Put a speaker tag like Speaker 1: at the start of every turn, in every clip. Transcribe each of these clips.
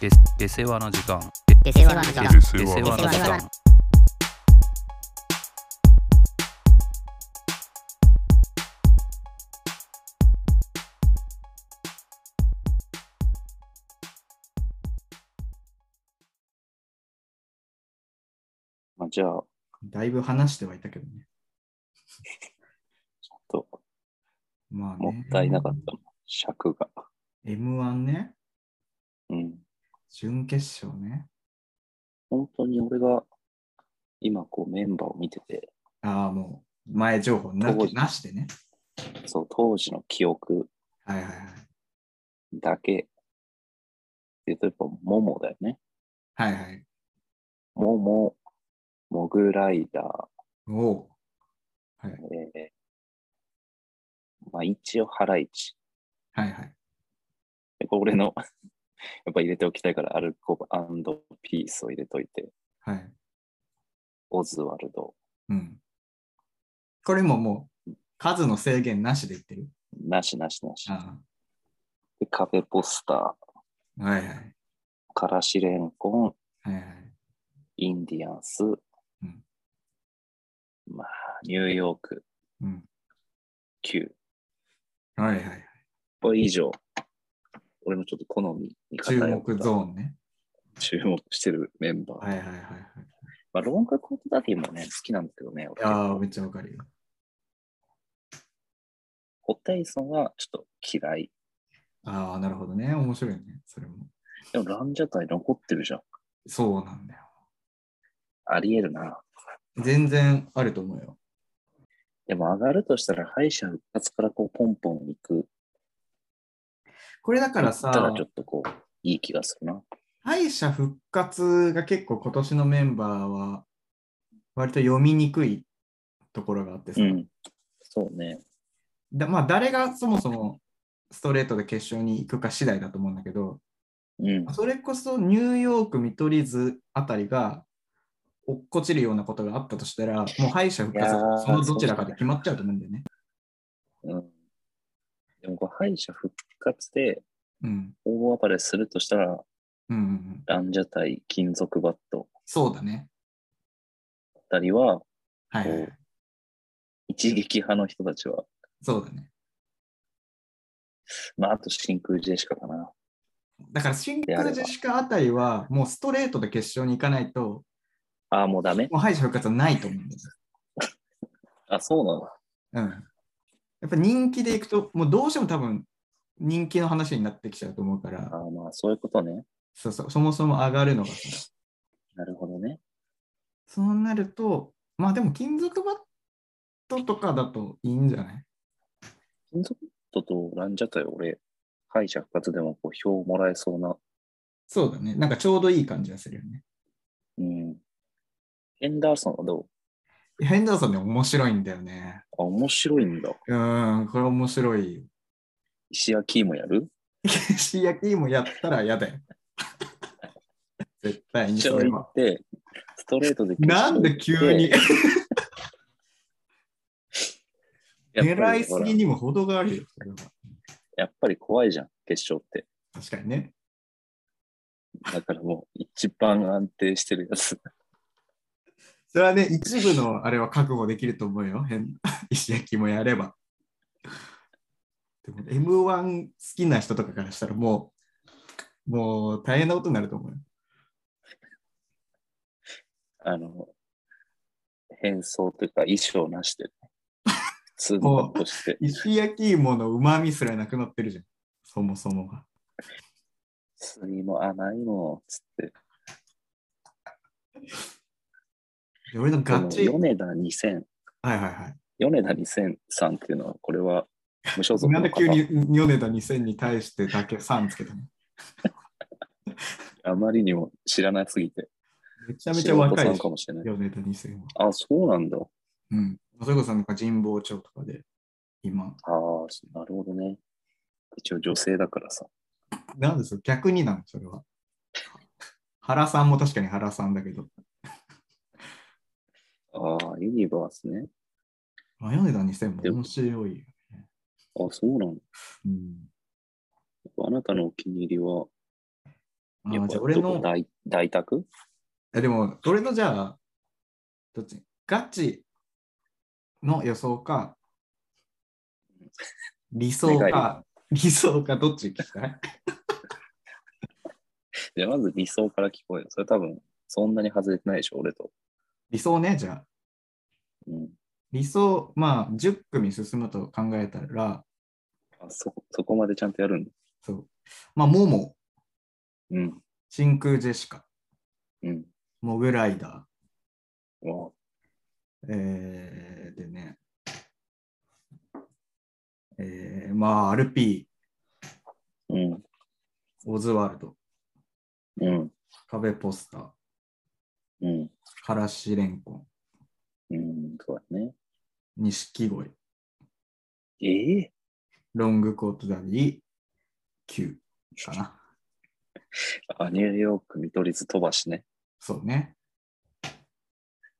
Speaker 1: で出世話の時間
Speaker 2: 出世話の時間
Speaker 3: で
Speaker 1: 出
Speaker 3: 世
Speaker 1: 世話の
Speaker 3: 話
Speaker 1: 時間
Speaker 4: まあ、じゃあ、
Speaker 5: だいぶ話してはいたけどね。
Speaker 4: ちょっと
Speaker 5: まあ
Speaker 4: も
Speaker 5: ね。
Speaker 4: ったいなかったな、尺が。
Speaker 5: M1 ね、
Speaker 4: うん。
Speaker 5: 準決勝ね。
Speaker 4: 本当に俺が今こうメンバーを見てて、
Speaker 5: ああ、もう前情報な
Speaker 4: 当時
Speaker 5: きなしでね。
Speaker 4: そう、当時の記憶
Speaker 5: はいはいはい。
Speaker 4: だけって言うとやっぱモモだよね。
Speaker 5: はいはい。
Speaker 4: モモ、モグライダー、
Speaker 5: おおう。はい
Speaker 4: えーまあ一応ハライチ。
Speaker 5: はいはい。
Speaker 4: これ俺の、 やっぱ入れておきたいから、アルコブピースを入れといて、
Speaker 5: はい。
Speaker 4: オズワルド、
Speaker 5: うん。これももう数の制限なしで言ってる。
Speaker 4: なしなしなし。
Speaker 5: あ
Speaker 4: でカフェポスタ
Speaker 5: あ。はいはい。
Speaker 4: ー、からしれんこん、
Speaker 5: はいはい。
Speaker 4: インディアンス、
Speaker 5: ん
Speaker 4: まあ、ニューヨーク、
Speaker 5: うん。
Speaker 4: Q。
Speaker 5: はいはいはい。
Speaker 4: これ以上、俺のちょっと好みに
Speaker 5: 注
Speaker 4: 偏った
Speaker 5: 目ゾーンね。
Speaker 4: 注目してるメンバー。
Speaker 5: はいはいはいはい。
Speaker 4: まあ、ロングコートダディもね、好きなんですけどね、俺。
Speaker 5: ああ、めっちゃわかるよ。
Speaker 4: ホテイソンはちょっと嫌い。
Speaker 5: ああ、なるほどね。面白いね。それも。
Speaker 4: でもランジャタイ残ってるじゃん。
Speaker 5: そうなんだよ。
Speaker 4: あり得るな。
Speaker 5: 全然あると思うよ。
Speaker 4: でも上がるとしたら敗者復活からこうポンポン行く。
Speaker 5: これだから
Speaker 4: だ
Speaker 5: さ、
Speaker 4: ったらちょっとこう、いい気がするな。
Speaker 5: 敗者復活が結構今年のメンバーは割と読みにくいところがあってさ、
Speaker 4: うん。そうね。
Speaker 5: だまあ誰がそもそもストレートで決勝に行くか次第だと思うんだけど、
Speaker 4: うん。
Speaker 5: それこそニューヨーク見取り図あたりが落っこちるようなことがあったとしたら、もう敗者復活
Speaker 4: いやー
Speaker 5: そのどちらかで決まっちゃうと思うんだよね。
Speaker 4: うん、でもこう敗者復活で
Speaker 5: うん。
Speaker 4: 大暴れするとしたら、
Speaker 5: うんうんうん。
Speaker 4: ランジャタイ、金属バット
Speaker 5: そうだね。
Speaker 4: あたりは、
Speaker 5: はいはい、
Speaker 4: おう一撃派の人たちは、
Speaker 5: そうだね。
Speaker 4: まあ、あと真空ジェシカかな。
Speaker 5: だから真空ジェシカあたりはもうストレートで決勝に行かないと、
Speaker 4: ああ、もうダメ
Speaker 5: もう敗者復活はないと思うんだよ。
Speaker 4: あ、そうなの
Speaker 5: うんやっぱ人気でいくと、もうどうしても多分人気の話になってきちゃうと思うか。ら、
Speaker 4: ああーまあ、そういうことね。
Speaker 5: そうそうそもそも上がるのがさ、
Speaker 4: なるほどね。
Speaker 5: そうなると、まあでも金属バットとかだといいんじゃない
Speaker 4: 金属バットとランジャタイ、俺、敗者復活でもこう票をもらえそうな。
Speaker 5: そうだね。なんかちょうどいい感じがするよね。
Speaker 4: うん。ヘンダーソンはどう
Speaker 5: いやヘンダーソンね、面白いんだよね。
Speaker 4: あ、面白いんだ。
Speaker 5: うーん、これ面白い よ。
Speaker 4: 石焼きもやる
Speaker 5: 石焼きもやったら嫌だよ。絶対に
Speaker 4: 一
Speaker 5: そ
Speaker 4: 応
Speaker 5: れ
Speaker 4: 行
Speaker 5: は。
Speaker 4: って、ストレートで決
Speaker 5: な
Speaker 4: 勝
Speaker 5: んで急に
Speaker 4: 行って、やっぱ
Speaker 5: 狙
Speaker 4: り
Speaker 5: い
Speaker 4: ほ
Speaker 5: す
Speaker 4: ら
Speaker 5: ぎにも程があるよ。それは
Speaker 4: やっぱり怖いじゃん、決勝って。
Speaker 5: 確かにね。
Speaker 4: だからもう、一番安定してるやつ。
Speaker 5: それはね、一部のあれは覚悟できると思うよ。変 石焼きもやれば。でも M1 好きな人とかからしたらもう、もう大変なことになると思うよ。
Speaker 4: あの、変装というか衣装なして、普通の格好して、
Speaker 5: 石焼き芋のうまみすらなくなってるじゃん。そもそもが。
Speaker 4: 次も甘いもん、つって。
Speaker 5: で俺のガチ。
Speaker 4: こ
Speaker 5: は
Speaker 4: の米田2000、
Speaker 5: いはいはい。
Speaker 4: 米田2000さんっていうのは、これは無所属
Speaker 5: な
Speaker 4: の
Speaker 5: んで
Speaker 4: 方
Speaker 5: 急に米田2000に対してだけ3つけたの
Speaker 4: あまりにも知らなすぎて、
Speaker 5: めちゃめちゃ若
Speaker 4: 素人さ
Speaker 5: いで
Speaker 4: ん
Speaker 5: し
Speaker 4: か
Speaker 5: ょ
Speaker 4: もしれない。
Speaker 5: 米田2000は。
Speaker 4: あ、そうなんだ。
Speaker 5: うん。それこそなんか神保町とかで今。
Speaker 4: ああ、なるほどね。一応女性だからさ。
Speaker 5: なんですよ、逆になの、それは。原さんも確かに原さんだけど、
Speaker 4: ああ、ユニバースね。
Speaker 5: マヨネダ2000も面白いよ。
Speaker 4: あそうなんだ。
Speaker 5: うん、
Speaker 4: あなたのお気に入りは、
Speaker 5: あ
Speaker 4: いや
Speaker 5: ーじゃあ
Speaker 4: こ
Speaker 5: 俺
Speaker 4: れど
Speaker 5: の
Speaker 4: こ、大大宅
Speaker 5: えでも、俺のじゃあ、どっちガチの予想か、理想か、理想かどっち聞きたい
Speaker 4: じゃあまず理想から聞こえよ。それ多分、そんなに外れてないでしょ、俺と。
Speaker 5: 理想ね、じゃあ。
Speaker 4: うん。
Speaker 5: 理想、まあ、10組進むと考えたら、
Speaker 4: あそ、そこまでちゃんとやるんだ。
Speaker 5: そう。まあ、モモ、
Speaker 4: うん。
Speaker 5: 真空ジェシカ、
Speaker 4: うん。
Speaker 5: モグライダ
Speaker 4: わあ
Speaker 5: ー、えー、でね、えー、まあ、アルピ
Speaker 4: うん。
Speaker 5: ー、オズワルド、
Speaker 4: うん。
Speaker 5: 壁ポスター、
Speaker 4: うん。
Speaker 5: からしれんこん、
Speaker 4: うん。そうだね。
Speaker 5: 錦鯉、
Speaker 4: ええ
Speaker 5: ロングコートダディ、Q かな。
Speaker 4: あ、ニューヨーク見取り図飛ばしね。
Speaker 5: そうね。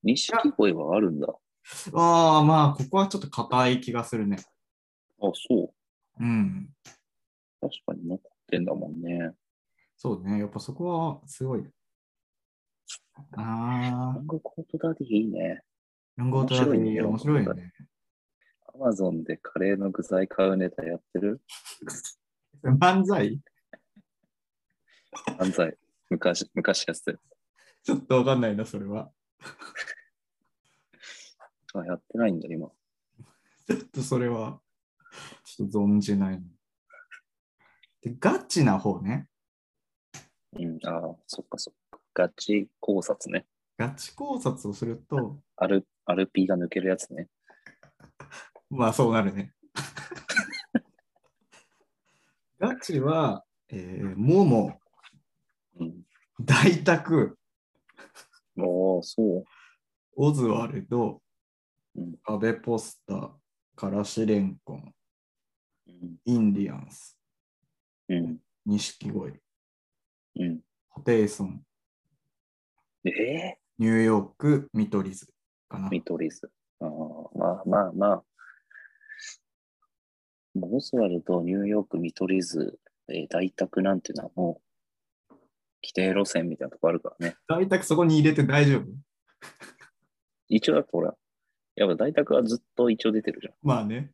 Speaker 4: 錦鯉はあるんだ。あ、
Speaker 5: ああ、まあ、ここはちょっと硬い気がするね。
Speaker 4: そう。
Speaker 5: うん。
Speaker 4: 確かに残ってんだもんね。
Speaker 5: そうね。やっぱそこはすごい。
Speaker 4: ロ
Speaker 5: ああ、
Speaker 4: ングコートダディいいね。
Speaker 5: ロングコートダディ面
Speaker 4: 面
Speaker 5: 白
Speaker 4: 白
Speaker 5: い
Speaker 4: いね
Speaker 5: よね。
Speaker 4: アマゾンでカレーの具材買うネタやってる
Speaker 5: 漫才
Speaker 4: 犯罪。昔、昔やってたや
Speaker 5: ちょっとわかんないな、それは。
Speaker 4: つあ、やってないんだ、今。
Speaker 5: ちょっとそれは、ちょっと存じないな。で、ガチな方ね。
Speaker 4: うん。あ、そっかそっか。ガチ考察ね。
Speaker 5: ガチ考察をすると、
Speaker 4: アル、アルピーが抜けるやつね。
Speaker 5: まあそうなるね。 ガチは、えー、もも、
Speaker 4: うん。
Speaker 5: 大宅、
Speaker 4: ああ、そう。
Speaker 5: オズワルド
Speaker 4: うん、
Speaker 5: アベポスター、からしれんこん、
Speaker 4: うん。
Speaker 5: インディアンス、
Speaker 4: うん。
Speaker 5: 錦鯉、
Speaker 4: うん。
Speaker 5: ホテイソン、
Speaker 4: ええ
Speaker 5: ニューヨーク、見取り図かな。
Speaker 4: 見取り図。ああ、まあまあまあ。もうオズワルド、ニューヨーク、見取り図、えー大宅なんていうのはもう、規定路線みたいなとこあるからね。
Speaker 5: 大宅そこに入れて大丈夫
Speaker 4: 一応だってほら、やっぱ大宅はずっと一応出てるじゃん。
Speaker 5: まあね。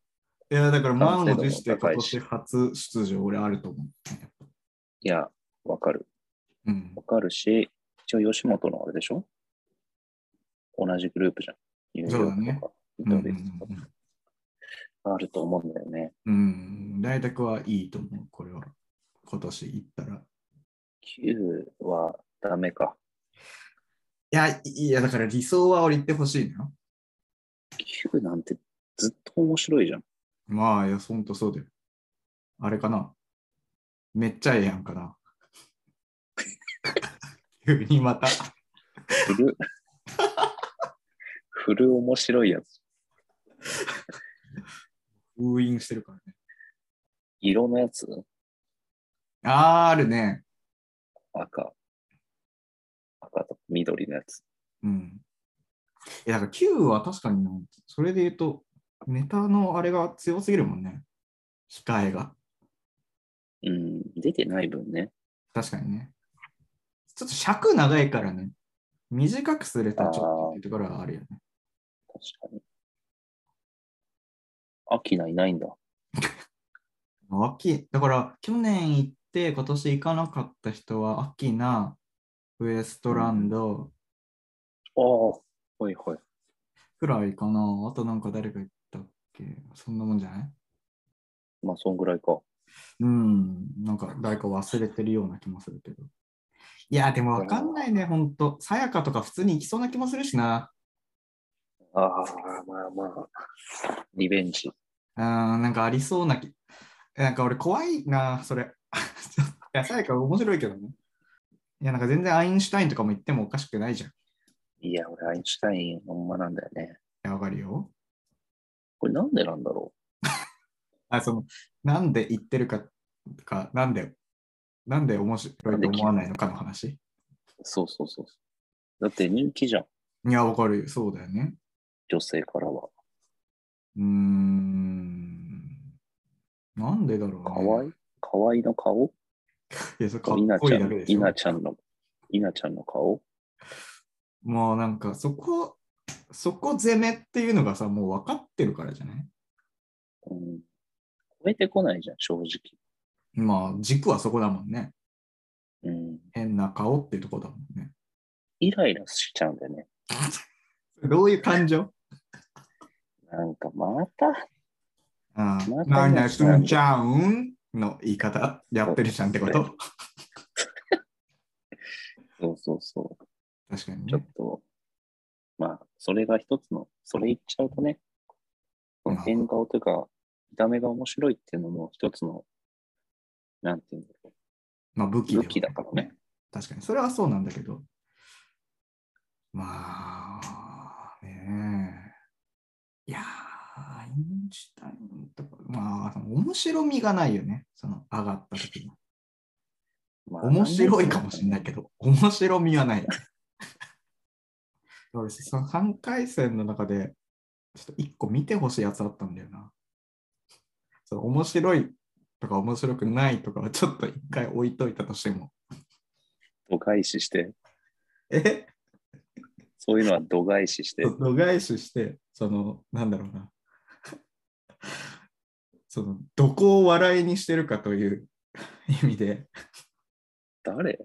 Speaker 5: いや、だから満を持して今
Speaker 4: 完成
Speaker 5: 年初出場、俺あると思う。
Speaker 4: いや、わかる。
Speaker 5: うん
Speaker 4: わ。かるし、一応吉本のあれでしょ同じグループじゃん。ニューヨークとか、
Speaker 5: うん
Speaker 4: 見取り図とか、あると思うんだよね。
Speaker 5: うん、大学はいいと思う、これは。今年行ったら。い
Speaker 4: Q はダメか。
Speaker 5: や、いいや、だから理想は俺行ってほしいのよ。
Speaker 4: Q なんてずっと面白いじゃん。
Speaker 5: まあ、いや、ほんとそうだよ。あれかな。めっちゃええやんか な。急にまた。
Speaker 4: フ ル、フル面白いやつ。
Speaker 5: 封印してるからね。
Speaker 4: 色のやつ
Speaker 5: あーあるね。
Speaker 4: 赤。赤と緑のやつ。
Speaker 5: うん。いや、だから Q は確かにな、それで言うと、ネタのあれが強すぎるもんね。控えが。
Speaker 4: うん、出てない分ね。
Speaker 5: 確かにね。ちょっと尺長いからね。短くすれたらちょっとっていうところはあるよね。
Speaker 4: 確かに。アキナいないんだ。
Speaker 5: 秋、だから去年行って今年行かなかった人は、アキナ、ウエストランド
Speaker 4: ああ、はいはい。
Speaker 5: くらいかな。あとなんか誰か行ったっけそんなもんじゃない
Speaker 4: まあ、そんぐらいか。
Speaker 5: うん、なんか誰か忘れてるような気もするけど。いや、でもわかんないね、ほんと。さやかとか普通に行きそうな気もするしな。
Speaker 4: ああ、まあまあ。リベンジ。
Speaker 5: うん、なんかありそうな気。なんか俺怖いな、それ。 ちょっといや、さやか面白いけどね。いや、なんか全然アインシュタインとかも言ってもおかしくないじゃん。い
Speaker 4: いや、俺、アインシュタイン、ほんまなんだよね。
Speaker 5: や、わかるよ。
Speaker 4: これなんでなんだろ
Speaker 5: あ、その、なんで言ってるか、かなんで、なんで面白いと思わないのかの話。
Speaker 4: う。そうそうそうそう。だって人気じゃん。
Speaker 5: いや、わかるよ。そうだよね。
Speaker 4: 女性からは。
Speaker 5: うーん。なんでだろう
Speaker 4: か
Speaker 5: ね。
Speaker 4: わいい。かわいの顔
Speaker 5: いや、それかっ
Speaker 4: 稲
Speaker 5: こい
Speaker 4: ち
Speaker 5: い
Speaker 4: ゃ
Speaker 5: だ
Speaker 4: ん
Speaker 5: けで、しょ。
Speaker 4: 稲ちゃんの、稲ちゃんの顔
Speaker 5: もうなんかそこ、そこ攻めっていうのがさ、もう分かってるからじゃない
Speaker 4: うん。超えてこないじゃん、正直。
Speaker 5: まあ軸はそこだもんね。
Speaker 4: うん。
Speaker 5: 変な顔っていうとこだもんね。
Speaker 4: イライラしちゃうんだよね。
Speaker 5: どういう感情
Speaker 4: なんかまた、
Speaker 5: あ
Speaker 4: ま
Speaker 5: あ
Speaker 4: た
Speaker 5: なんだすんちゃうんの言い方やってるじゃんってこと
Speaker 4: そうそうそう。
Speaker 5: 確かに
Speaker 4: ちょっ
Speaker 5: ね。
Speaker 4: と、まあ、それが一つの、それ言っちゃうとね、その
Speaker 5: うん
Speaker 4: 変顔というか、見た目が面白いっていうのも一つの、なんていうんだろ
Speaker 5: まあ武器
Speaker 4: う、
Speaker 5: では
Speaker 4: 武器だからね。
Speaker 5: 確かに。それはそうなんだけど。まあ、ねえ。いやー、インシュタインとか、まあ、その面白みがないよね。その上がった時に。
Speaker 4: まあ
Speaker 5: 面白いかもしれないけど、面白みはない。 俺、その3回戦の中で、ちょっと1個見てほしいやつあったんだよな。その面白いとか面白くないとかはちょっと一回置いといたとしても。
Speaker 4: 度外視して、
Speaker 5: え
Speaker 4: そういうのは度外視して、
Speaker 5: 度外視して、その、なんだろうな。 その、どこを笑いにしてるかという 意味で、
Speaker 4: 誰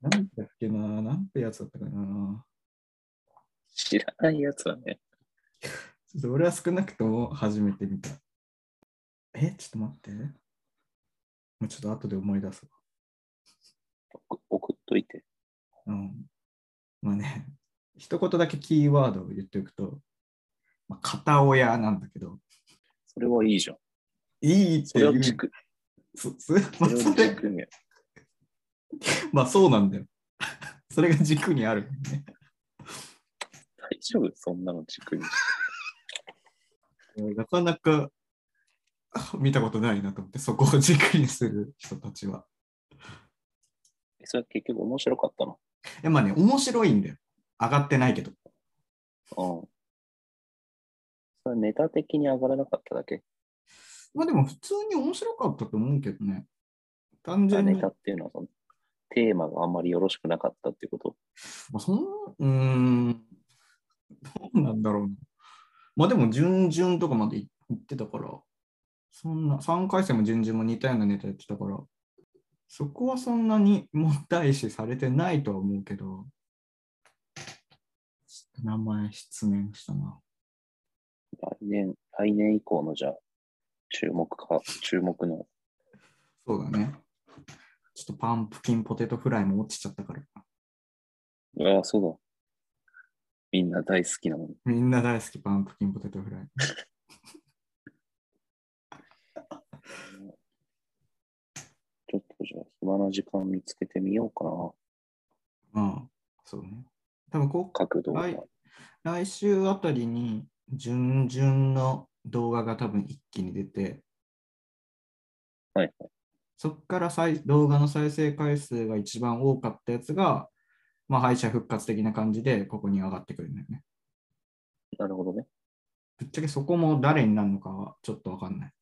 Speaker 5: なんだっけな、なんてやつだったかな。
Speaker 4: 知らないやつはね、
Speaker 5: ちょっと俺は少なくとも初めて見た。え、ちょっと待って。もうちょっと後で思い出す
Speaker 4: 送送っといて。
Speaker 5: わ。うん。まあね、一言だけキーワードを言っておくと、まあ、片親なんだけど、
Speaker 4: それはいいじゃん。
Speaker 5: いいっ
Speaker 4: そ
Speaker 5: て
Speaker 4: れ
Speaker 5: い
Speaker 4: を
Speaker 5: う。
Speaker 4: 軸、
Speaker 5: そそま
Speaker 4: そ
Speaker 5: あ
Speaker 4: れを
Speaker 5: それ
Speaker 4: 軸に。
Speaker 5: まあそうなんだよ。 それが軸にある、ね。
Speaker 4: 大丈夫そんなの軸にして。
Speaker 5: なかなか あ見たことないなと思って、そこを軸にする人たちは。
Speaker 4: えそれは結局面白かったの。
Speaker 5: え、まあね、面白いんだよ。上がってないけ
Speaker 4: う
Speaker 5: ど。
Speaker 4: ん。それはネタ的に上がらなかっただけ。
Speaker 5: まあでも普通に面白かったと思うけどね。単純
Speaker 4: ネ
Speaker 5: に、
Speaker 4: タ
Speaker 5: ま
Speaker 4: っていうのはその、テーマがあんまりよろしくなかったっていうこと。
Speaker 5: あ、そんうーん、どうなんだろうな。まあでも、準々とかまでい行ってたから、そんな、3回戦も準々も似たようなネタやってたから、そこはそんなに 問題視されてないとは思うけど、ちょっと名前失念したな。
Speaker 4: 来年、来年以降のじゃあ、注目か、注目の。
Speaker 5: そうだね。ちょっとパンプキンポテトフライも落ちちゃったから。
Speaker 4: ああ、そうだ。みんな大好きなのに。
Speaker 5: みんな大好き、パンプキンポテトフライ。
Speaker 4: ちょっとじゃあ、暇な時間見つけてみようかな。
Speaker 5: うん、そうね。多分こう
Speaker 4: 角度
Speaker 5: はい来週あたりに、準々の動画が多分一気に出て、
Speaker 4: はい
Speaker 5: そっから再動画の再生回数が一番多かったやつが、まあ、敗者復活的な感じで、ここに上がってくるんだよね。
Speaker 4: なるほどね。
Speaker 5: ぶっちゃけそこも誰になるのかはちょっとわかんない。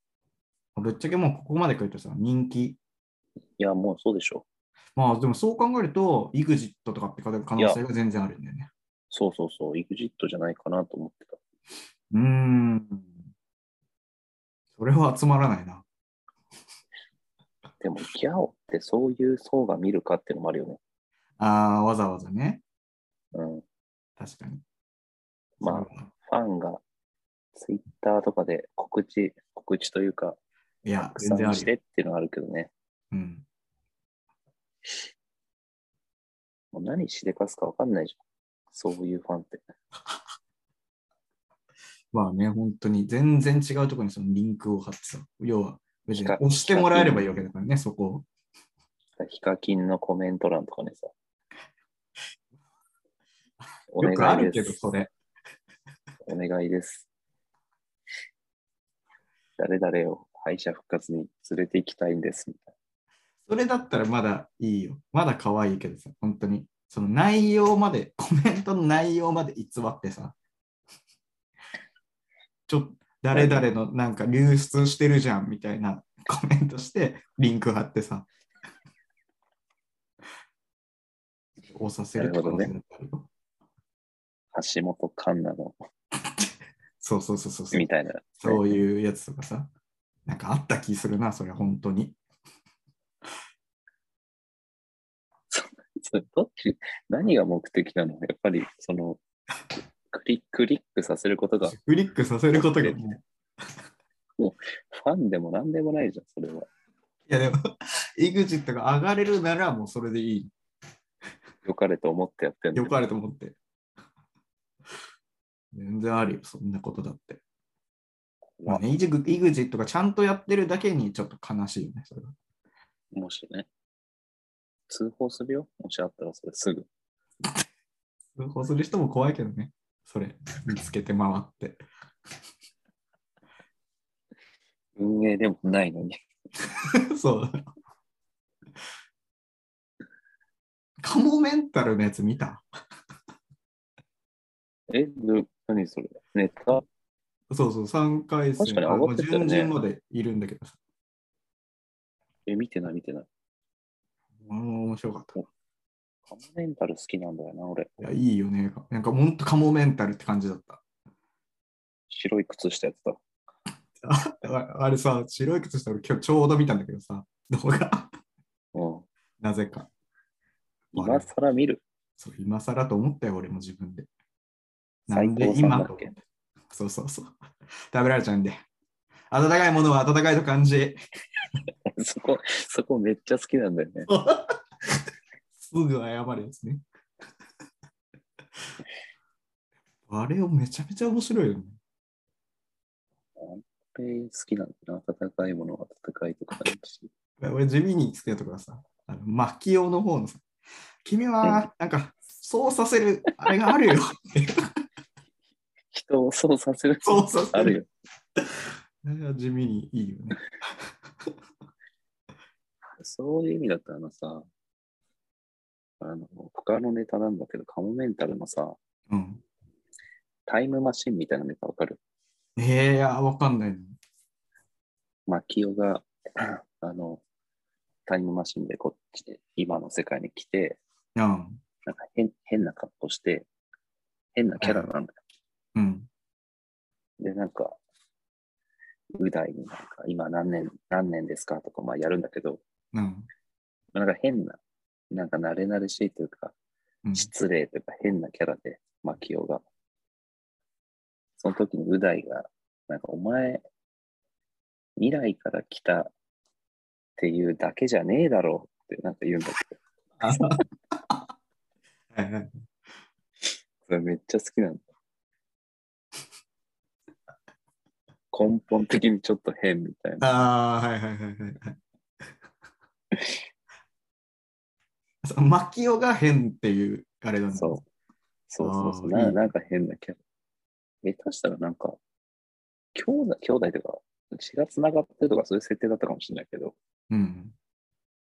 Speaker 5: ぶっちゃけもうここまで来るとさ、人気。
Speaker 4: いや、もうそうでしょ。
Speaker 5: まあでもそう考えると、EXIT とかって可能性が全然あるんだよね。
Speaker 4: そうそうそう、EXIT じゃないかなと思ってた。
Speaker 5: うーん。それは集まらないな。
Speaker 4: でも、ギャオってそういう層が見るかっていうのもあるよね。
Speaker 5: ああ、わざわざね。
Speaker 4: うん。
Speaker 5: 確かに。
Speaker 4: まあ
Speaker 5: あ。
Speaker 4: ファンがツイッターとかで告知、告知というか、
Speaker 5: いや、全
Speaker 4: 拡
Speaker 5: 然あ
Speaker 4: 散
Speaker 5: る
Speaker 4: し
Speaker 5: よ。
Speaker 4: てっていうのはあるけどね。
Speaker 5: うん。
Speaker 4: もう何しでかすかわかんないじゃん。そういうファンって。
Speaker 5: まあね、本当に全然違うところにそのリンクを貼ってさ、要は別に
Speaker 4: 比較
Speaker 5: 押してもらえればいいわけだからね、そこを。
Speaker 4: ヒカキンのコメント欄とかねさ。お
Speaker 5: よくあ
Speaker 4: 願い
Speaker 5: るけ
Speaker 4: で
Speaker 5: ど、
Speaker 4: す。
Speaker 5: それ。
Speaker 4: お願いです。誰々を敗者復活に連れて行きたいんです。みたい
Speaker 5: それだったらまだいいよ。まだ可愛いけどさ、本当に。その内容まで、 コメントの内容まで偽ってさ、 ちょっと誰々のなんか流出してるじゃんみたいなコメントして、リンク貼ってさ、をさせるって可能性だってあるよ。
Speaker 4: 橋本環奈の、
Speaker 5: そうそうそうそうそう。
Speaker 4: みたいな。
Speaker 5: そういうやつとかさ、なんかあった気するな、それ本当に。
Speaker 4: それどっち、何が目的なのやっぱり、その、クリクリックさせることが、フ
Speaker 5: クリックさせることがもう。
Speaker 4: ァンでも何でもないじゃん、それは。
Speaker 5: いやでも、EXIT が上がれるならもうそれでいい。
Speaker 4: 良かれと思ってやってんの
Speaker 5: よ
Speaker 4: に
Speaker 5: かれと思って。全然あるよ、そんなことだって。まあね、EXIT がちゃんとやってるだけにちょっと悲しいよね、それは。
Speaker 4: もしね。通報するよ。もしあったらそれすぐ。
Speaker 5: 通報する人も怖いけどね、それ、見つけて回って。
Speaker 4: 運営でもないのに。
Speaker 5: そうだよ。カモメンタルのやつ見た
Speaker 4: え、ど何それネタ
Speaker 5: そうそう、3回戦
Speaker 4: 確かに上がってたよね
Speaker 5: まあ準々までいるんだけどさ、
Speaker 4: え、見てない見てない。
Speaker 5: あの面白かった。
Speaker 4: カモメンタル好きなんだよな、俺。
Speaker 5: いや、いいよね。なんか、ほんとカモメンタルって感じだった。
Speaker 4: 白い靴下やってた。
Speaker 5: ああれさ、白い靴下俺今日ちょうど見たんだけどさ、動画。
Speaker 4: うん。
Speaker 5: なぜか。
Speaker 4: 今更見る。
Speaker 5: そう今更と思ったよ、俺も自分で。な
Speaker 4: 最
Speaker 5: んで
Speaker 4: 高さん
Speaker 5: 今
Speaker 4: だ
Speaker 5: と
Speaker 4: っ
Speaker 5: 思
Speaker 4: け
Speaker 5: ってそうそうそう。食べられちゃうんで。温かいものは温かいと感じ。
Speaker 4: そこ、そこめっちゃ好きなんだよね。
Speaker 5: すぐ謝るやつね。 あれをめちゃめちゃ面白いよね。
Speaker 4: えー好きなんだな。温かいものは温かいとかあるし。
Speaker 5: 俺、地味に好きなとこがさ、あのマキオの方のさ、君は、なんか、そうさせる、あれがある よ。
Speaker 4: 人をそうさせる。
Speaker 5: そうさせ
Speaker 4: あるよ。
Speaker 5: あれは地味にいいよね。
Speaker 4: そういう意味だったらあのさ、あの、他のネタなんだけど、カモメンタルのさ、
Speaker 5: うん。
Speaker 4: タイムマシンみたいなネタわかる
Speaker 5: ええいや、わかんないの。
Speaker 4: マキオが、 あの、タイムマシンでこっちで、今の世界に来て、
Speaker 5: うん。
Speaker 4: なんか変変な格好して、変なキャラなんだよ。
Speaker 5: うん。
Speaker 4: で、なんか、う大になんか、今何年、何年ですかとか、まあやるんだけど、
Speaker 5: うん。
Speaker 4: なんか変な、なんか慣れ慣れしいというか、
Speaker 5: うん、
Speaker 4: 失礼というか変なキャラで、マキオが。その時にう大が、なんかお前、未来から来たっていうだけじゃねえだろうってなんか言うんだけど、
Speaker 5: はいはい
Speaker 4: それめっちゃ好きなんだ。 根本的にちょっと変みたいな。
Speaker 5: ああ、はいはいはいはい はい。そうマキオが変っていう、あれなんだ。
Speaker 4: そう。そうそうそう。
Speaker 5: あーい
Speaker 4: な
Speaker 5: い
Speaker 4: なんか変なキャラ。下手したらなんか、兄弟、兄弟とか、血が繋がってるとかそういう設定だったかもしれないけど、
Speaker 5: う。うん。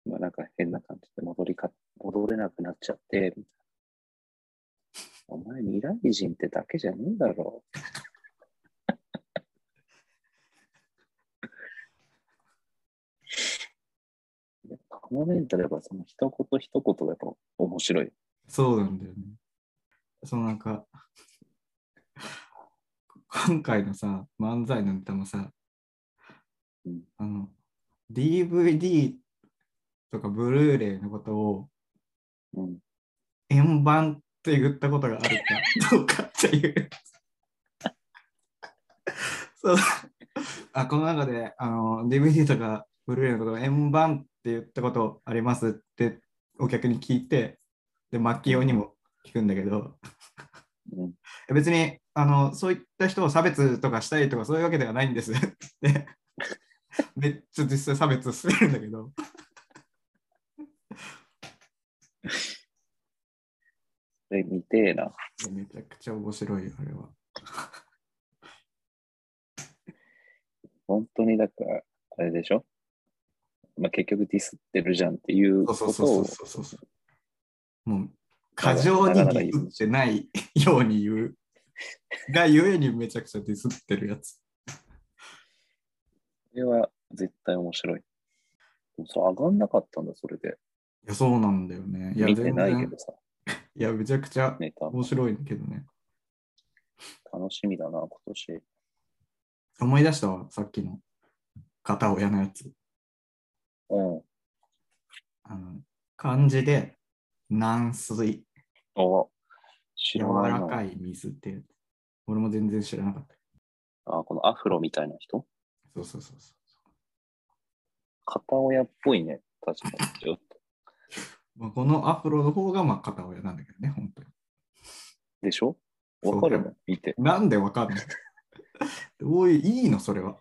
Speaker 4: まあ、なんか変な感じで戻りか、戻れなくなっちゃって、みたいな。お前未来人ってだけじゃねえだろ う。やっぱこのメンタルやっぱその一言一言がやっぱ面白い。
Speaker 5: そうなんだよね。そのなんか、今回のさ、漫才のネタもさ、
Speaker 4: うん
Speaker 5: あの、DVD とかブルーレイのことを
Speaker 4: うん。
Speaker 5: 円盤って言ったことがある かどうかっていう。そうあこの中であの DVD とかブルーレイのことを円盤って言ったことありますってお客に聞いてでマキオにも聞くんだけど
Speaker 4: うん、
Speaker 5: 別にあのそういった人を差別とかしたりとかそういうわけではないんですってめっちゃ実際差別してるんだけど
Speaker 4: で、見てえな。
Speaker 5: いやめちゃくちゃ面白いよあれは。
Speaker 4: 本当にだから、あれでしょまあ、結局ディスってるじゃんっていうこ
Speaker 5: そう
Speaker 4: と
Speaker 5: そう
Speaker 4: を
Speaker 5: そうそうそう。もう、過剰にディスってないように言う。がゆえにめちゃくちゃディスってるやつ。
Speaker 4: それは絶対面白い。でもそれ上がんなかったんだ、それで。
Speaker 5: いや、そうなんだよね。いや、
Speaker 4: 見てないけ
Speaker 5: 全然
Speaker 4: どさ。
Speaker 5: いや、めちゃくちゃ
Speaker 4: ネタ。
Speaker 5: 面白いんだけどね。
Speaker 4: 楽しみだな、今年。
Speaker 5: 思い出したわ、さっきの片親のやつ。
Speaker 4: うん。
Speaker 5: あの漢字で軟水、
Speaker 4: お知
Speaker 5: 柔
Speaker 4: らない
Speaker 5: ら
Speaker 4: な。
Speaker 5: かい水っていう。俺も全然知らなかった。
Speaker 4: あ、このアフロみたいな人
Speaker 5: そうそうそうそう。
Speaker 4: 片親っぽいね。確かに。ちょっと。
Speaker 5: まあ、このアフロの方がまあ片親なんだけどね、本当に。
Speaker 4: でしょわかる
Speaker 5: そう
Speaker 4: の見て。
Speaker 5: なんでわかんないどういう、いいの、それは。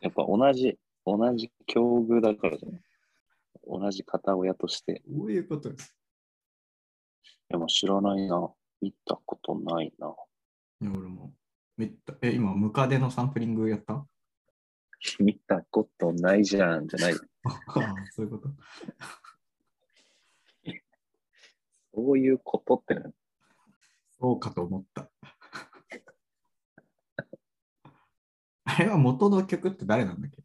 Speaker 4: やっぱ同じ、同じ境遇だからじゃない同じ片親として。
Speaker 5: どういうことです
Speaker 4: でも知らないな。見たことないな。
Speaker 5: いや俺も。めっちゃえ、今、ムカデのサンプリングやった
Speaker 4: 見たことないじゃん、じゃない。
Speaker 5: あそういうこと。
Speaker 4: そういうことってね
Speaker 5: そうかと思った。あれは元の曲って誰なんだっけ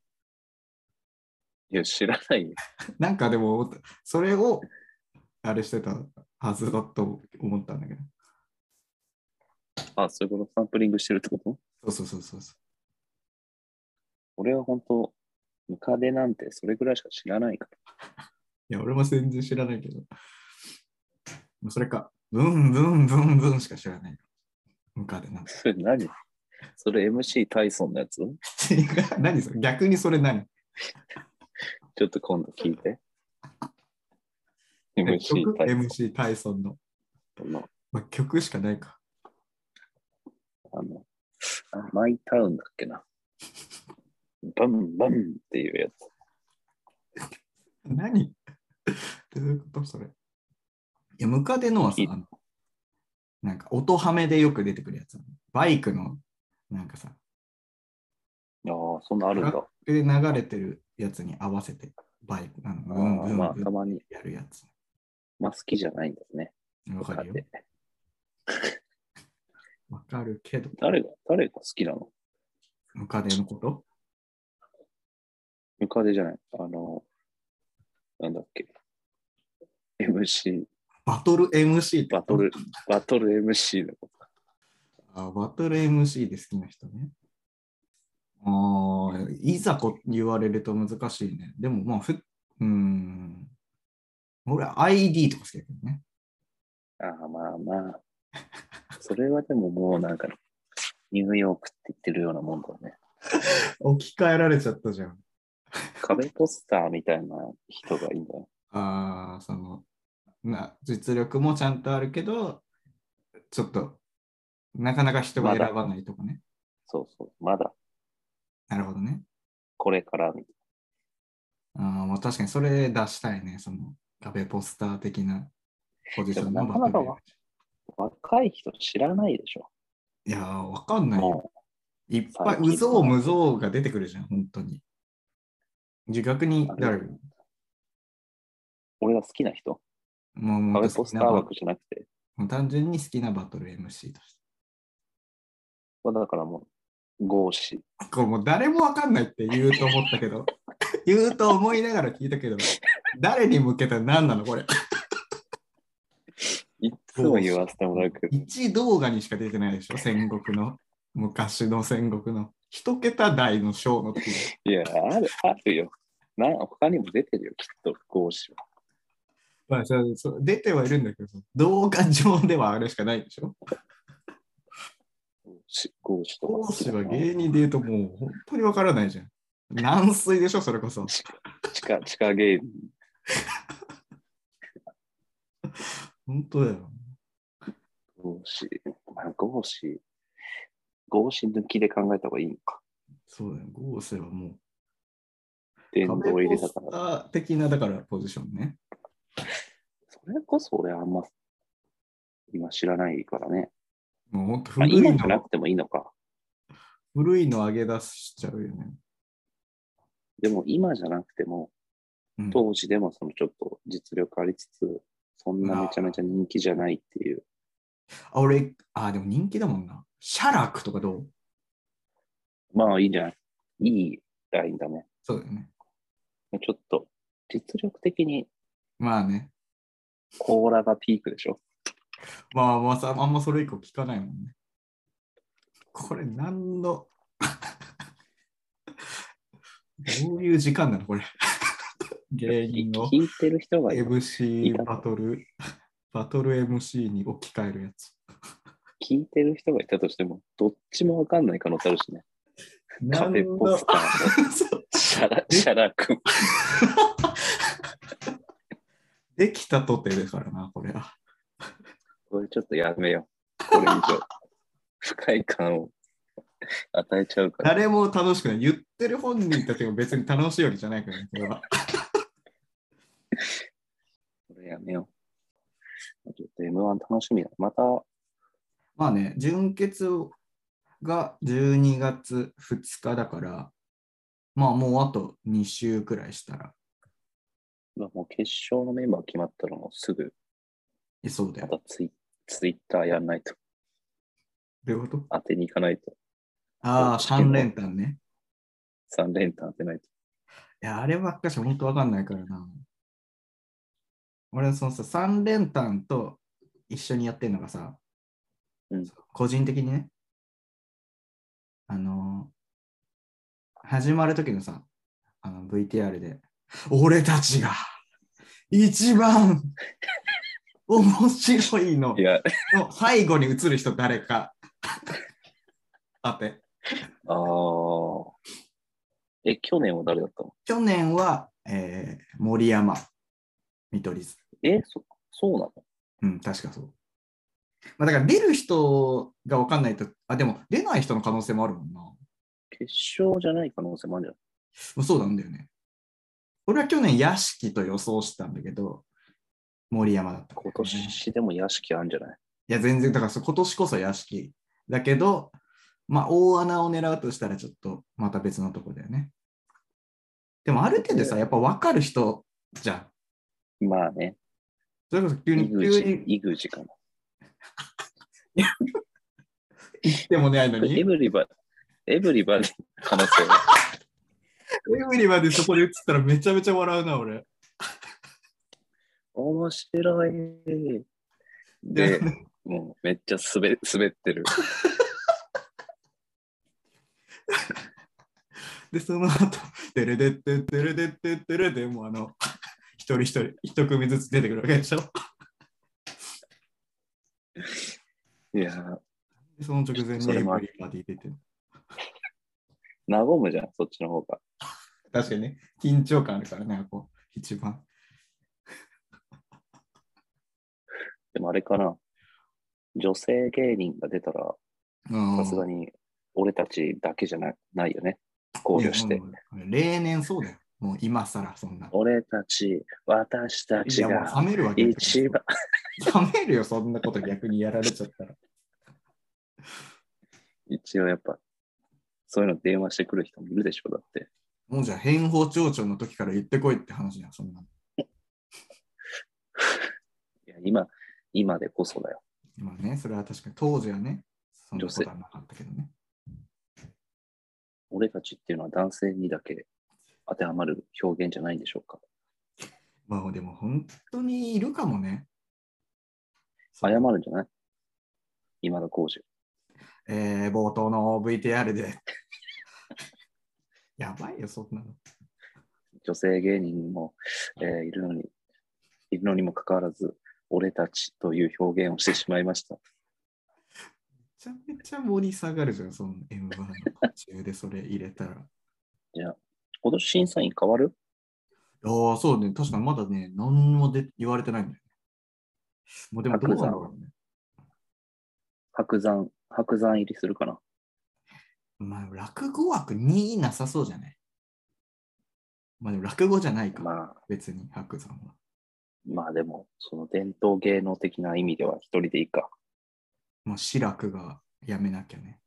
Speaker 4: いや、知らないよ。
Speaker 5: なんかでも、それをあれしてたはずだと思ったんだけど。
Speaker 4: あ、そういうこと、サンプリングしてるってこと
Speaker 5: そうそうそうそうそ
Speaker 4: 俺は本当、ムカデなんてそれぐらいしか知らないから。
Speaker 5: う。いや、俺も全然知らないけど。もうそれか、ブンブンブンブンしか知らない。ムカデなんて。
Speaker 4: それ 何それ MC タイソンのやつち
Speaker 5: 違う 何それ逆にそれ何
Speaker 4: ょっと今度聞いて。
Speaker 5: 曲
Speaker 4: MC タイ
Speaker 5: ?MC タイソンの。
Speaker 4: ソンの、
Speaker 5: まあ、曲しかないか。
Speaker 4: あの、あマイタウンだっけな。バンバンっていうやつ。
Speaker 5: 何 どういうことそれ。いや、ムカデのはさ
Speaker 4: い、
Speaker 5: あのなんか音ハメでよく出てくるやつなの。バイクの、なんかさ、
Speaker 4: ああ、そんなあるんだ。
Speaker 5: で流れてるやつに合わせて、バイク、あの、ブンブ
Speaker 4: ああまあ、
Speaker 5: ン
Speaker 4: た
Speaker 5: ブン
Speaker 4: まに、
Speaker 5: やるやつ。
Speaker 4: まあ好きじゃないんですね。
Speaker 5: わかるよ
Speaker 4: ムカ。デ
Speaker 5: わかるけど、
Speaker 4: 誰が、誰が好きなの
Speaker 5: ムカデのこと
Speaker 4: ムカデじゃない。あの、なんだっけ。MC、
Speaker 5: バトル MC って
Speaker 4: バトル、バトル MC のこと。
Speaker 5: あバトル MC で好きな人ね。ああ、いざこ言われると難しいね。でもまあ、ふうーん。俺、ID とか好きだけどね。
Speaker 4: ああ、まあまあ。それはでももうなんか、ニューヨークって言ってるようなもんだね。
Speaker 5: 置き換えられちゃったじゃん。
Speaker 4: 壁ポスターみたいな人がいいんだよ。
Speaker 5: ああ、その、な、実力もちゃんとあるけど、ちょっと、なかなか人が選ばないとかね。
Speaker 4: そうそう。まだ
Speaker 5: なるほどね。
Speaker 4: これからみたい
Speaker 5: あーまあ、確かにそれ出したいね。その、壁ポスター的なポジションの
Speaker 4: でもなかなか
Speaker 5: バトル MC
Speaker 4: な。若い人知らないでしょ。
Speaker 5: いやー、わかんないよ。
Speaker 4: も
Speaker 5: いっぱい、
Speaker 4: 最近
Speaker 5: うぞうむぞうが出てくるじゃん、本当に。自覚に
Speaker 4: あれ
Speaker 5: 誰
Speaker 4: う、俺が好きな人。
Speaker 5: もうもう
Speaker 4: 壁
Speaker 5: 好
Speaker 4: ポス
Speaker 5: き
Speaker 4: タ
Speaker 5: な
Speaker 4: ー
Speaker 5: バ
Speaker 4: 枠じゃなくて。
Speaker 5: もう単純に好きなバトル MC として。
Speaker 4: まあだからもう、合詞。
Speaker 5: これもう誰もわかんないって言うと思った けど、言うと思いながら聞いたけど、誰に向けた何なのこれ。
Speaker 4: いっつも言わせてもらうけど、
Speaker 5: 一動画にしか出てないでしょ、戦国の。昔の戦国の。一桁台の章のっ ていう。
Speaker 4: いや、ある、あるよ。な他にも出てるよ、きっと、合詞は。
Speaker 5: まあ、そうそう出てはいるんだけど、動画上ではあれしかないでしょ。
Speaker 4: 合詞、合詞とか
Speaker 5: 講
Speaker 4: 好き
Speaker 5: 師
Speaker 4: だな。
Speaker 5: は芸人で言うともう本当にわからないじゃん。軟水でしょ、それこそ。
Speaker 4: 地下、地下芸人。
Speaker 5: 本当だよ。
Speaker 4: 合詞、まあ、合詞、合詞抜きで考えた方がいいのか。
Speaker 5: そうだよ。合成はもう、
Speaker 4: 殿堂入
Speaker 5: 壁ポ
Speaker 4: れた
Speaker 5: スタ
Speaker 4: から。
Speaker 5: ー的な、だからポジションね。
Speaker 4: それこそ俺あんま、今知らないからね。
Speaker 5: もう本当
Speaker 4: あ、
Speaker 5: 古い
Speaker 4: 今じゃな
Speaker 5: の、
Speaker 4: くてもいいのか。
Speaker 5: 古いの上げ出しちゃうよね。
Speaker 4: でも今じゃなくても、
Speaker 5: うん、
Speaker 4: 当時でもそのちょっと実力ありつつ、そんなめちゃめちゃ人気じゃないっていう。
Speaker 5: あ、俺、あ、でも人気だもんな。シャラクとかどう
Speaker 4: まあいいんじゃないいいラインだね。
Speaker 5: そうだよね。
Speaker 4: ちょっと、実力的に
Speaker 5: まあね。
Speaker 4: コーラがピークでしょ
Speaker 5: まあまあさ、あんまそれ以降聞かないもんね。これ何の どういう時間なのこれ。芸人の
Speaker 4: 聞いてる人がいる
Speaker 5: MC バトル、 バトル MC に置き換えるやつ。
Speaker 4: 聞いてる人がいたとしても、どっちもわかんない可能性あるしね。カフェポスター
Speaker 5: 何の そう
Speaker 4: のシャラ、シャラ君。
Speaker 5: できたとてだからな、これは。
Speaker 4: これちょっとやめよう。これ以上。不快感を与えちゃうから。
Speaker 5: 誰も楽しくない。言ってる本人たちも別に楽しいわけじゃないからね、これは。
Speaker 4: これやめよう。ちょっと M1 楽しみだ。また、
Speaker 5: まあね、純潔が12月2日だから、まあもうあと2週くらいしたら、
Speaker 4: もう決勝のメンバー決まったらもうすぐ、
Speaker 5: えそうだ
Speaker 4: ま
Speaker 5: よ。
Speaker 4: たツイツイッターやんないと。
Speaker 5: どういうこと
Speaker 4: 当てに行かないと。
Speaker 5: ああ、3連単ね。
Speaker 4: 3連単当てないと。
Speaker 5: いや、あればっかし本当わかんないからな。俺はそのさ、3連単と一緒にやってるのがさ、
Speaker 4: うん
Speaker 5: 個人的にね、あのー始まる時のさ、あの VTR で、俺たちが一番面白いの
Speaker 4: いや、
Speaker 5: の背後に映る人誰か当て。
Speaker 4: あー。え、去年は誰だったの
Speaker 5: 去年は、えー森山、見取り図。
Speaker 4: え、そ、そうなの
Speaker 5: うん、確かそう。まあ、だから出る人が分かんないと、あ、でも出ない人の可能性もあるもんな。も
Speaker 4: 決勝じゃない可能性もあるんじゃないう
Speaker 5: そうなんだよね。俺は去年、屋敷と予想してたんだけど、森山だった、
Speaker 4: 今。年でも屋敷あるんじゃない
Speaker 5: いや、全然、だからそう今年こそ屋敷。だけど、まあ、大穴を狙うとしたら、ちょっとまた別のとこだよね。でも、ある程度さ、やっぱ分かる人じゃん。
Speaker 4: まあね、
Speaker 5: それこそ急
Speaker 4: イ
Speaker 5: に、
Speaker 4: グ
Speaker 5: 急
Speaker 4: ジ
Speaker 5: に、
Speaker 4: イグジかな。
Speaker 5: でもないのに。
Speaker 4: エブリバエブリバディの可能性は。
Speaker 5: エブリまでそこで映ったらめちゃめちゃ笑うな、俺。
Speaker 4: 面白い。 で、もうめっちゃ滑滑ってる。
Speaker 5: で、その後、 てれでってってれでってってれで、もうあの、 一人一人、一組ずつ出てくるわけでしょ。
Speaker 4: いやー、
Speaker 5: でその直前に
Speaker 4: そ
Speaker 5: エブ
Speaker 4: れ
Speaker 5: リ
Speaker 4: もあ
Speaker 5: バ
Speaker 4: り
Speaker 5: ディ出てる。
Speaker 4: 和むじゃん、そっちの方が。
Speaker 5: 確かにね、緊張感あるからね、こう、一番。
Speaker 4: でもあれかな。女性芸人が出たら、さすが
Speaker 5: に
Speaker 4: に俺たちだけじゃなないよね。考慮して。。
Speaker 5: 例年そうだよ。もう今更そんな。
Speaker 4: 俺たち、私た
Speaker 5: い
Speaker 4: ち
Speaker 5: やも
Speaker 4: が
Speaker 5: う冷めるわけだから
Speaker 4: 一番。
Speaker 5: 冷めるよ、そんなこと逆にやられちゃったら。
Speaker 4: 一応やっぱ、そういうの電話してくる人もいるでしょ、だって。
Speaker 5: もうじゃあ、変法町長の時から言ってこいって話じゃん、そんなの。
Speaker 4: いや今、今でこそだよ。
Speaker 5: まあね、それは確かに当時はね、そんなことはなかったけどね。
Speaker 4: 俺たちっていうのは男性にだけ当てはまる表現じゃないんでしょうか。
Speaker 5: まあでも本当にいるかもね。
Speaker 4: 謝るんじゃない今田耕司。
Speaker 5: えー冒頭の VTR で。 やばいよ、そんなの。
Speaker 4: 女性芸人も、えーいるのに、いるのにもかかわらず、俺たちという表現をしてしまいました。
Speaker 5: めちゃめちゃ盛り下がるじゃん、その M1 の途中でそれ入れたら。
Speaker 4: 今年審査員変わる
Speaker 5: ああ、そうね、確かにまだね、何もで言われてないんだよね。もうでもどうなんだろうね。
Speaker 4: 白山、白山入りするかな
Speaker 5: まあ、落語枠2位なさそうじゃないまあでも落語じゃないか、
Speaker 4: まあ、
Speaker 5: 別に、白山は。
Speaker 4: まあでも、その伝統芸能的な意味では一人でいいか。
Speaker 5: まあ、志らくがやめなきゃね。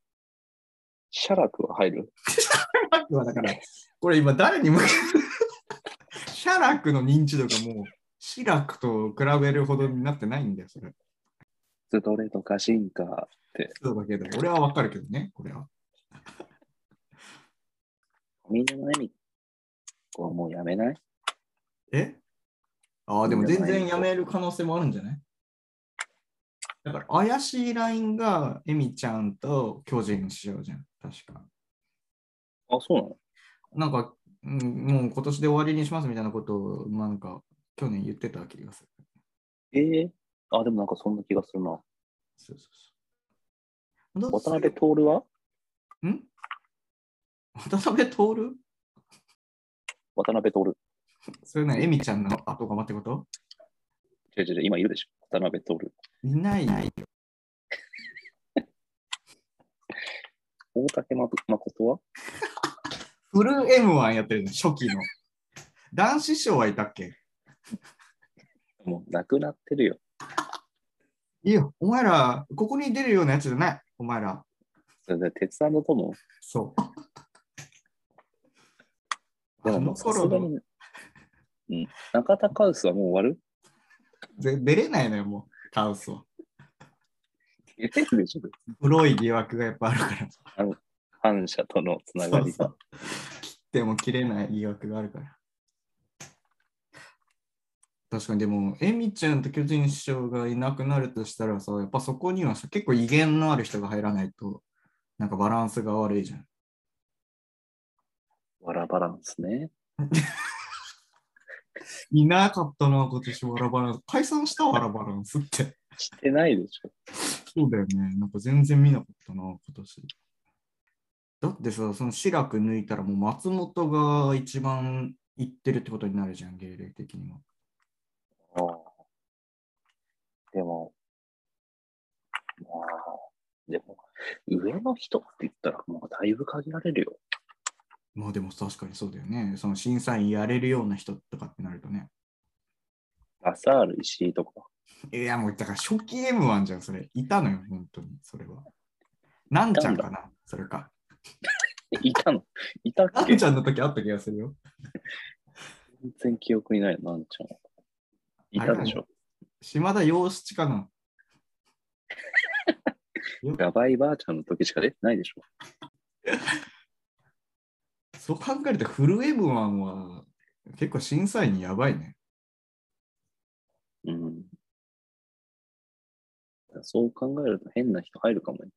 Speaker 4: 写楽は入る
Speaker 5: シャラクはだから、これ今誰に向けてシャラクの認知度がもう、シラクと比べるほどになってないんだよ、それ。
Speaker 4: ストレートか進化。
Speaker 5: そうだけど、俺はわかるけどね、これは。
Speaker 4: みんなの意味。これもうやめない
Speaker 5: えああ、でも全然やめる可能性もあるんじゃないだから怪しいラインがエミちゃんと巨人師匠じゃん、確か。
Speaker 4: あ、そうなの
Speaker 5: なんか、うん、もう今年で終わりにしますみたいなことを、まあ、なんか去年言ってた気がする。
Speaker 4: ええあ、でもなんかそんな気がするな。
Speaker 5: そうそうそう。どう
Speaker 4: 渡辺徹は
Speaker 5: ん渡辺徹
Speaker 4: 渡辺徹。
Speaker 5: それなエミちゃんの後がまってこと
Speaker 4: 違う違う違う、今いるでしょ。渡辺徹。
Speaker 5: いないよ。
Speaker 4: 大竹ま誠は
Speaker 5: フル M1 やってるの、初期の。男子賞はいたっけ
Speaker 4: もうなくなってるよ。
Speaker 5: いいよ、お前ら、ここに出るようなやつじゃない、お前ら。
Speaker 4: それで、鉄腕の友。
Speaker 5: そう。
Speaker 4: でも
Speaker 5: あ
Speaker 4: も
Speaker 5: の
Speaker 4: うさ
Speaker 5: 頃
Speaker 4: すがに
Speaker 5: の、
Speaker 4: うん。中田カウスはもう終わる
Speaker 5: ぜ出れないのよ、もう、カウスは。
Speaker 4: 出てるで しょ。
Speaker 5: 黒い疑惑がやっぱあるから。
Speaker 4: 反社とのつなが
Speaker 5: そう
Speaker 4: り
Speaker 5: そ
Speaker 4: が。
Speaker 5: う切っても切れない疑惑があるから。確かにでも、エミちゃんと巨人師匠がいなくなるとしたらさ、やっぱそこにはさ結構威厳のある人が入らないと、なんかバランスが悪いじゃん。
Speaker 4: バラバラですね。
Speaker 5: いなかったな、今年ワラバランス。解散したワラバランスって。
Speaker 4: してないでしょ。
Speaker 5: そうだよね。なんか全然見なかったな、今年。だってさ、その志らく抜いたらもう松本が一番行ってるってことになるじゃん、芸歴的には。
Speaker 4: ああでも、まあ、でも、上の人って言ったら、もうだいぶ限られるよ。
Speaker 5: まあでも確かにそうだよね。その審査員やれるような人とかってなるとね。
Speaker 4: ラサール石井とか。
Speaker 5: いやもうだから初期 M1 じゃん、それ。いたのよ、本当に、それは。なんちゃんかな、それか。
Speaker 4: えいたのいたっ
Speaker 5: なん
Speaker 4: け
Speaker 5: ちゃんの時あった気がするよ。
Speaker 4: 全然記憶にない、なんちゃん。いたでしょ。
Speaker 5: 島田洋七かな。
Speaker 4: やばいばあちゃんの時しか出てないでしょ。
Speaker 5: そう考えるとフル M1 は結構審査員やばいね。
Speaker 4: うん。そう考えると変な人入るかもね。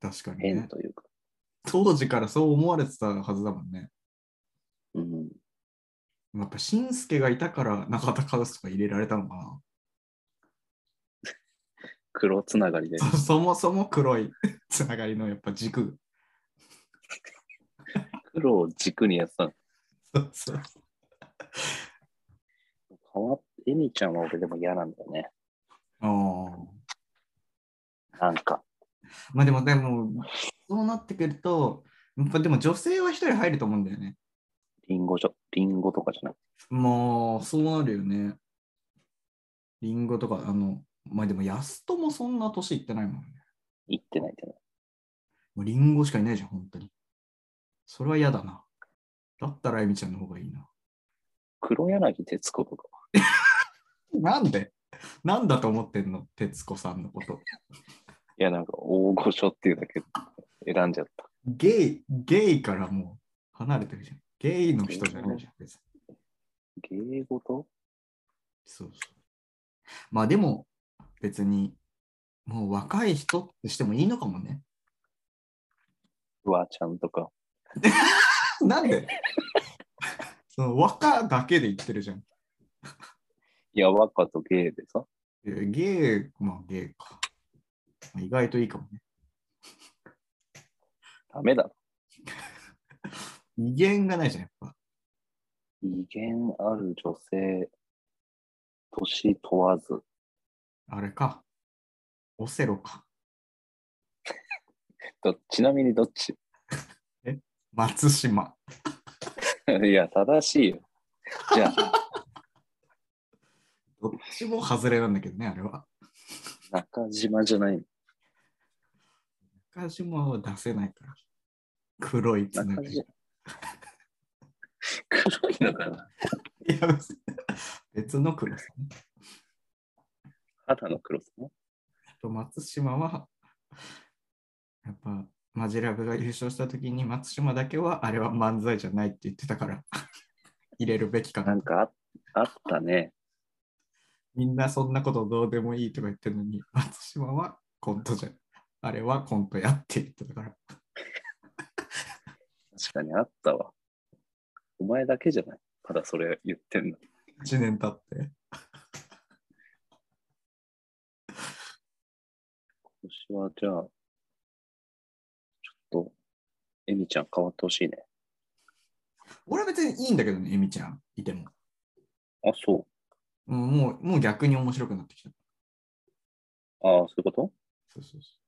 Speaker 5: 確かに
Speaker 4: 変
Speaker 5: ね。
Speaker 4: というか。
Speaker 5: 当時からそう思われてたはずだもんね。
Speaker 4: うん。
Speaker 5: やっぱ、しんすけがいたから中田カウスとか入れられたのかな。
Speaker 4: 黒つなが りで。
Speaker 5: そそもそも黒いつながりのやっぱ軸。
Speaker 4: 黒を軸にやってたの。
Speaker 5: そうそう
Speaker 4: 変わっエミちゃんは俺でも嫌なんだよね。
Speaker 5: あー
Speaker 4: なんか。
Speaker 5: まあでも、でも、そうなってくると、やっぱでも女性は一人入ると思うんだよね。
Speaker 4: リンゴじゃ、リンゴとかじゃない。
Speaker 5: まあ、そうなるよね。リンゴとか、あの、まあでも、安友もそんな年いってないもんね。
Speaker 4: 言ってないってない。
Speaker 5: もうリンゴしかいないじゃん、本当に。それは嫌だな。だったら、えみちゃんの方がいいな。
Speaker 4: 黒柳徹子とか。
Speaker 5: なんでなんだと思ってんの徹子さんのこと。
Speaker 4: いや、なんか大御所っていうだけで選んじゃった。
Speaker 5: ゲイ、ゲイからもう離れてるじゃん。ゲイの人じゃないじゃん、別に。
Speaker 4: 芸事
Speaker 5: そうそう。まあでも、別に、もう若い人ってしてもいいのかもね。
Speaker 4: フワちゃんとか。
Speaker 5: なんで その若だけで言ってるじゃん。
Speaker 4: いや、若と芸でさ。
Speaker 5: いやゲイ、まあゲイか。意外といいかもね。
Speaker 4: ダメだ。
Speaker 5: 威厳がないじゃん、やっぱ。
Speaker 4: 威厳ある女性、年問わず。
Speaker 5: あれか。オセロか。
Speaker 4: どちなみにどっち
Speaker 5: 松島。
Speaker 4: いや、正しいよ。じゃあ、
Speaker 5: どっちも外れなんだけどね、あれは。
Speaker 4: 中島じゃない。
Speaker 5: 中島は出せないから。黒いつな
Speaker 4: 中
Speaker 5: がり。い
Speaker 4: 島。黒いのかな
Speaker 5: や、別に別の黒さね。
Speaker 4: 肌の黒さね。
Speaker 5: と松島は、やっぱ、マジラブが優勝した時に松島だけは、あれは漫才じゃないって言ってたから、入れるべきか
Speaker 4: な。
Speaker 5: なん
Speaker 4: かああったね。
Speaker 5: みんなそんなことどうでもいいとか言ってるのに、松島はコントじゃん。あれはコントやって言ってたから。
Speaker 4: 確かにあったわ。お前だけじゃない。ただそれ言ってんの。
Speaker 5: 1年経って。
Speaker 4: 今年はじゃあ、ちょっと、エミちゃん変わってほしいね。
Speaker 5: 俺は別にいいんだけどね、エミちゃんいても。
Speaker 4: あ、そ
Speaker 5: うんもうもう逆に面白くなってきた。
Speaker 4: う。ああ、そういうこと
Speaker 5: そうそうそ